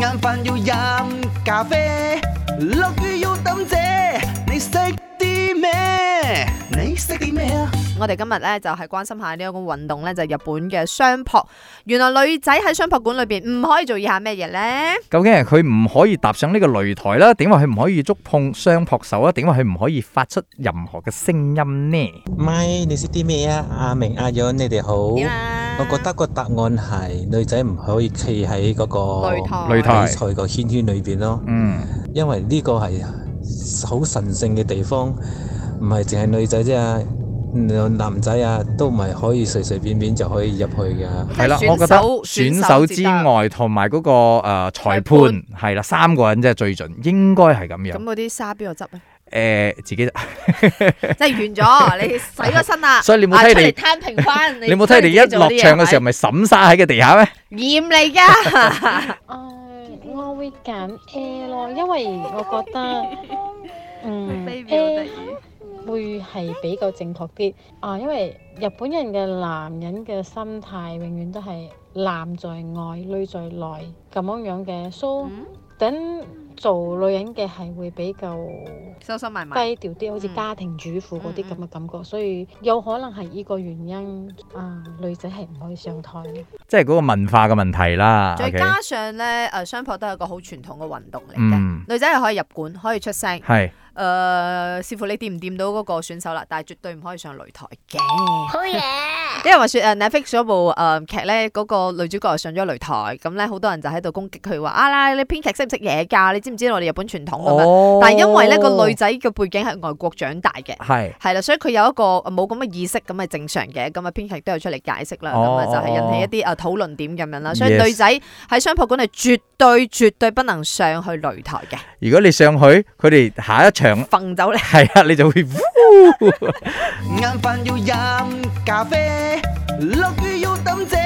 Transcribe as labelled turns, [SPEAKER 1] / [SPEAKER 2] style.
[SPEAKER 1] 餐飯要飲咖啡，落雨要抌遮，你識啲咩？你識啲咩啊？
[SPEAKER 2] 我哋今日咧就係關心下呢一個運動咧，就係日本嘅相撲。原來女仔喺相撲館裏邊唔可以做以下咩嘢咧？
[SPEAKER 3] 究竟係佢唔可以踏上呢個擂台啦，定話佢唔可以觸碰雙撲手啊，定話佢唔可以發出任何嘅聲音呢？
[SPEAKER 4] 咪，你識啲咩啊？阿明、阿楊，你哋好。
[SPEAKER 3] 哦
[SPEAKER 2] 點啊？
[SPEAKER 4] 我覺得個答案係女仔唔可以企喺嗰個
[SPEAKER 2] 擂台
[SPEAKER 3] 哦擂台
[SPEAKER 4] 比賽個圈圈裏邊咯，
[SPEAKER 3] 嗯，
[SPEAKER 4] 因為呢個係好神聖嘅地方，唔係淨係女仔啫啊，男仔啊都唔係可以隨隨便便就可以入去㗎。
[SPEAKER 3] 係啦，
[SPEAKER 2] 選手
[SPEAKER 3] 我覺得
[SPEAKER 2] 選
[SPEAKER 3] 選
[SPEAKER 2] 手
[SPEAKER 3] 手
[SPEAKER 2] 至
[SPEAKER 3] 之
[SPEAKER 2] 得
[SPEAKER 3] 外，同埋嗰個誒裁判
[SPEAKER 2] 裁
[SPEAKER 3] 係啦，三個人即係最盡，應該係咁
[SPEAKER 2] 咁
[SPEAKER 3] 樣。
[SPEAKER 2] 嗰啲沙邊度執咧？
[SPEAKER 3] 誒，自己
[SPEAKER 2] 即係完咗， 你洗個身啦。
[SPEAKER 3] 所以你冇
[SPEAKER 2] 啊
[SPEAKER 3] 睇
[SPEAKER 2] 出
[SPEAKER 3] 你
[SPEAKER 2] 嚟攤平 翻，
[SPEAKER 3] 你冇睇你一落場嘅時候，咪沈沙喺個地 下咩？
[SPEAKER 2] 候染你噶。
[SPEAKER 5] 啊，我會揀 A 咯，因為我覺得嗯 A 會係比較正確啲啊，因為日本人嘅男人嘅心態永遠都係男在外，女在內咁樣樣嘅，so
[SPEAKER 2] 嗯
[SPEAKER 5] 等做女人嘅係會比較
[SPEAKER 2] 收收埋
[SPEAKER 5] 低
[SPEAKER 2] 埋，
[SPEAKER 5] 調啲，好似
[SPEAKER 2] 嗯
[SPEAKER 5] 家庭主婦嗰啲
[SPEAKER 2] 嗯
[SPEAKER 5] 咁嘅感覺，所以有可能係呢個原因啊，女仔係唔可以上台咯。
[SPEAKER 3] 即係嗰個文化嘅問題啦。
[SPEAKER 2] 再
[SPEAKER 3] OK，
[SPEAKER 2] 加上咧，誒相撲都係一個好傳統嘅運動嚟嘅。
[SPEAKER 3] 嗯，
[SPEAKER 2] 女仔係可以入館，可以出聲，
[SPEAKER 3] 係
[SPEAKER 2] 誒視乎你掂唔掂到嗰個選手啦，但係絕對唔可以上擂台嘅。
[SPEAKER 6] 好嘢！
[SPEAKER 2] 因為話説誒 Netflix 嗰部誒劇咧，嗰、個女主角又上咗擂台，咁咧好多人就喺度攻擊佢話啊啦，你編劇識唔識嘢㗎？你知唔知我哋日本傳統咁樣？
[SPEAKER 3] 哦
[SPEAKER 2] 但係因為咧個女仔嘅背景係外國長大嘅。
[SPEAKER 3] 係
[SPEAKER 2] 係啦，所以佢有一個冇咁嘅意識，咁係正常嘅。咁啊，編劇都有出嚟解釋啦，咁啊、
[SPEAKER 3] 哦
[SPEAKER 2] 就係引起一啲啊討論點咁樣啦。所以
[SPEAKER 3] Yes
[SPEAKER 2] 女仔喺商鋪館係絕對絕對不能上去擂台 嘅，
[SPEAKER 3] 如果你上去，佢哋下一場
[SPEAKER 2] 瞓走你。
[SPEAKER 3] 係啊，你就 會。
[SPEAKER 1] 晏飯要飲咖啡，落雨要抌遮，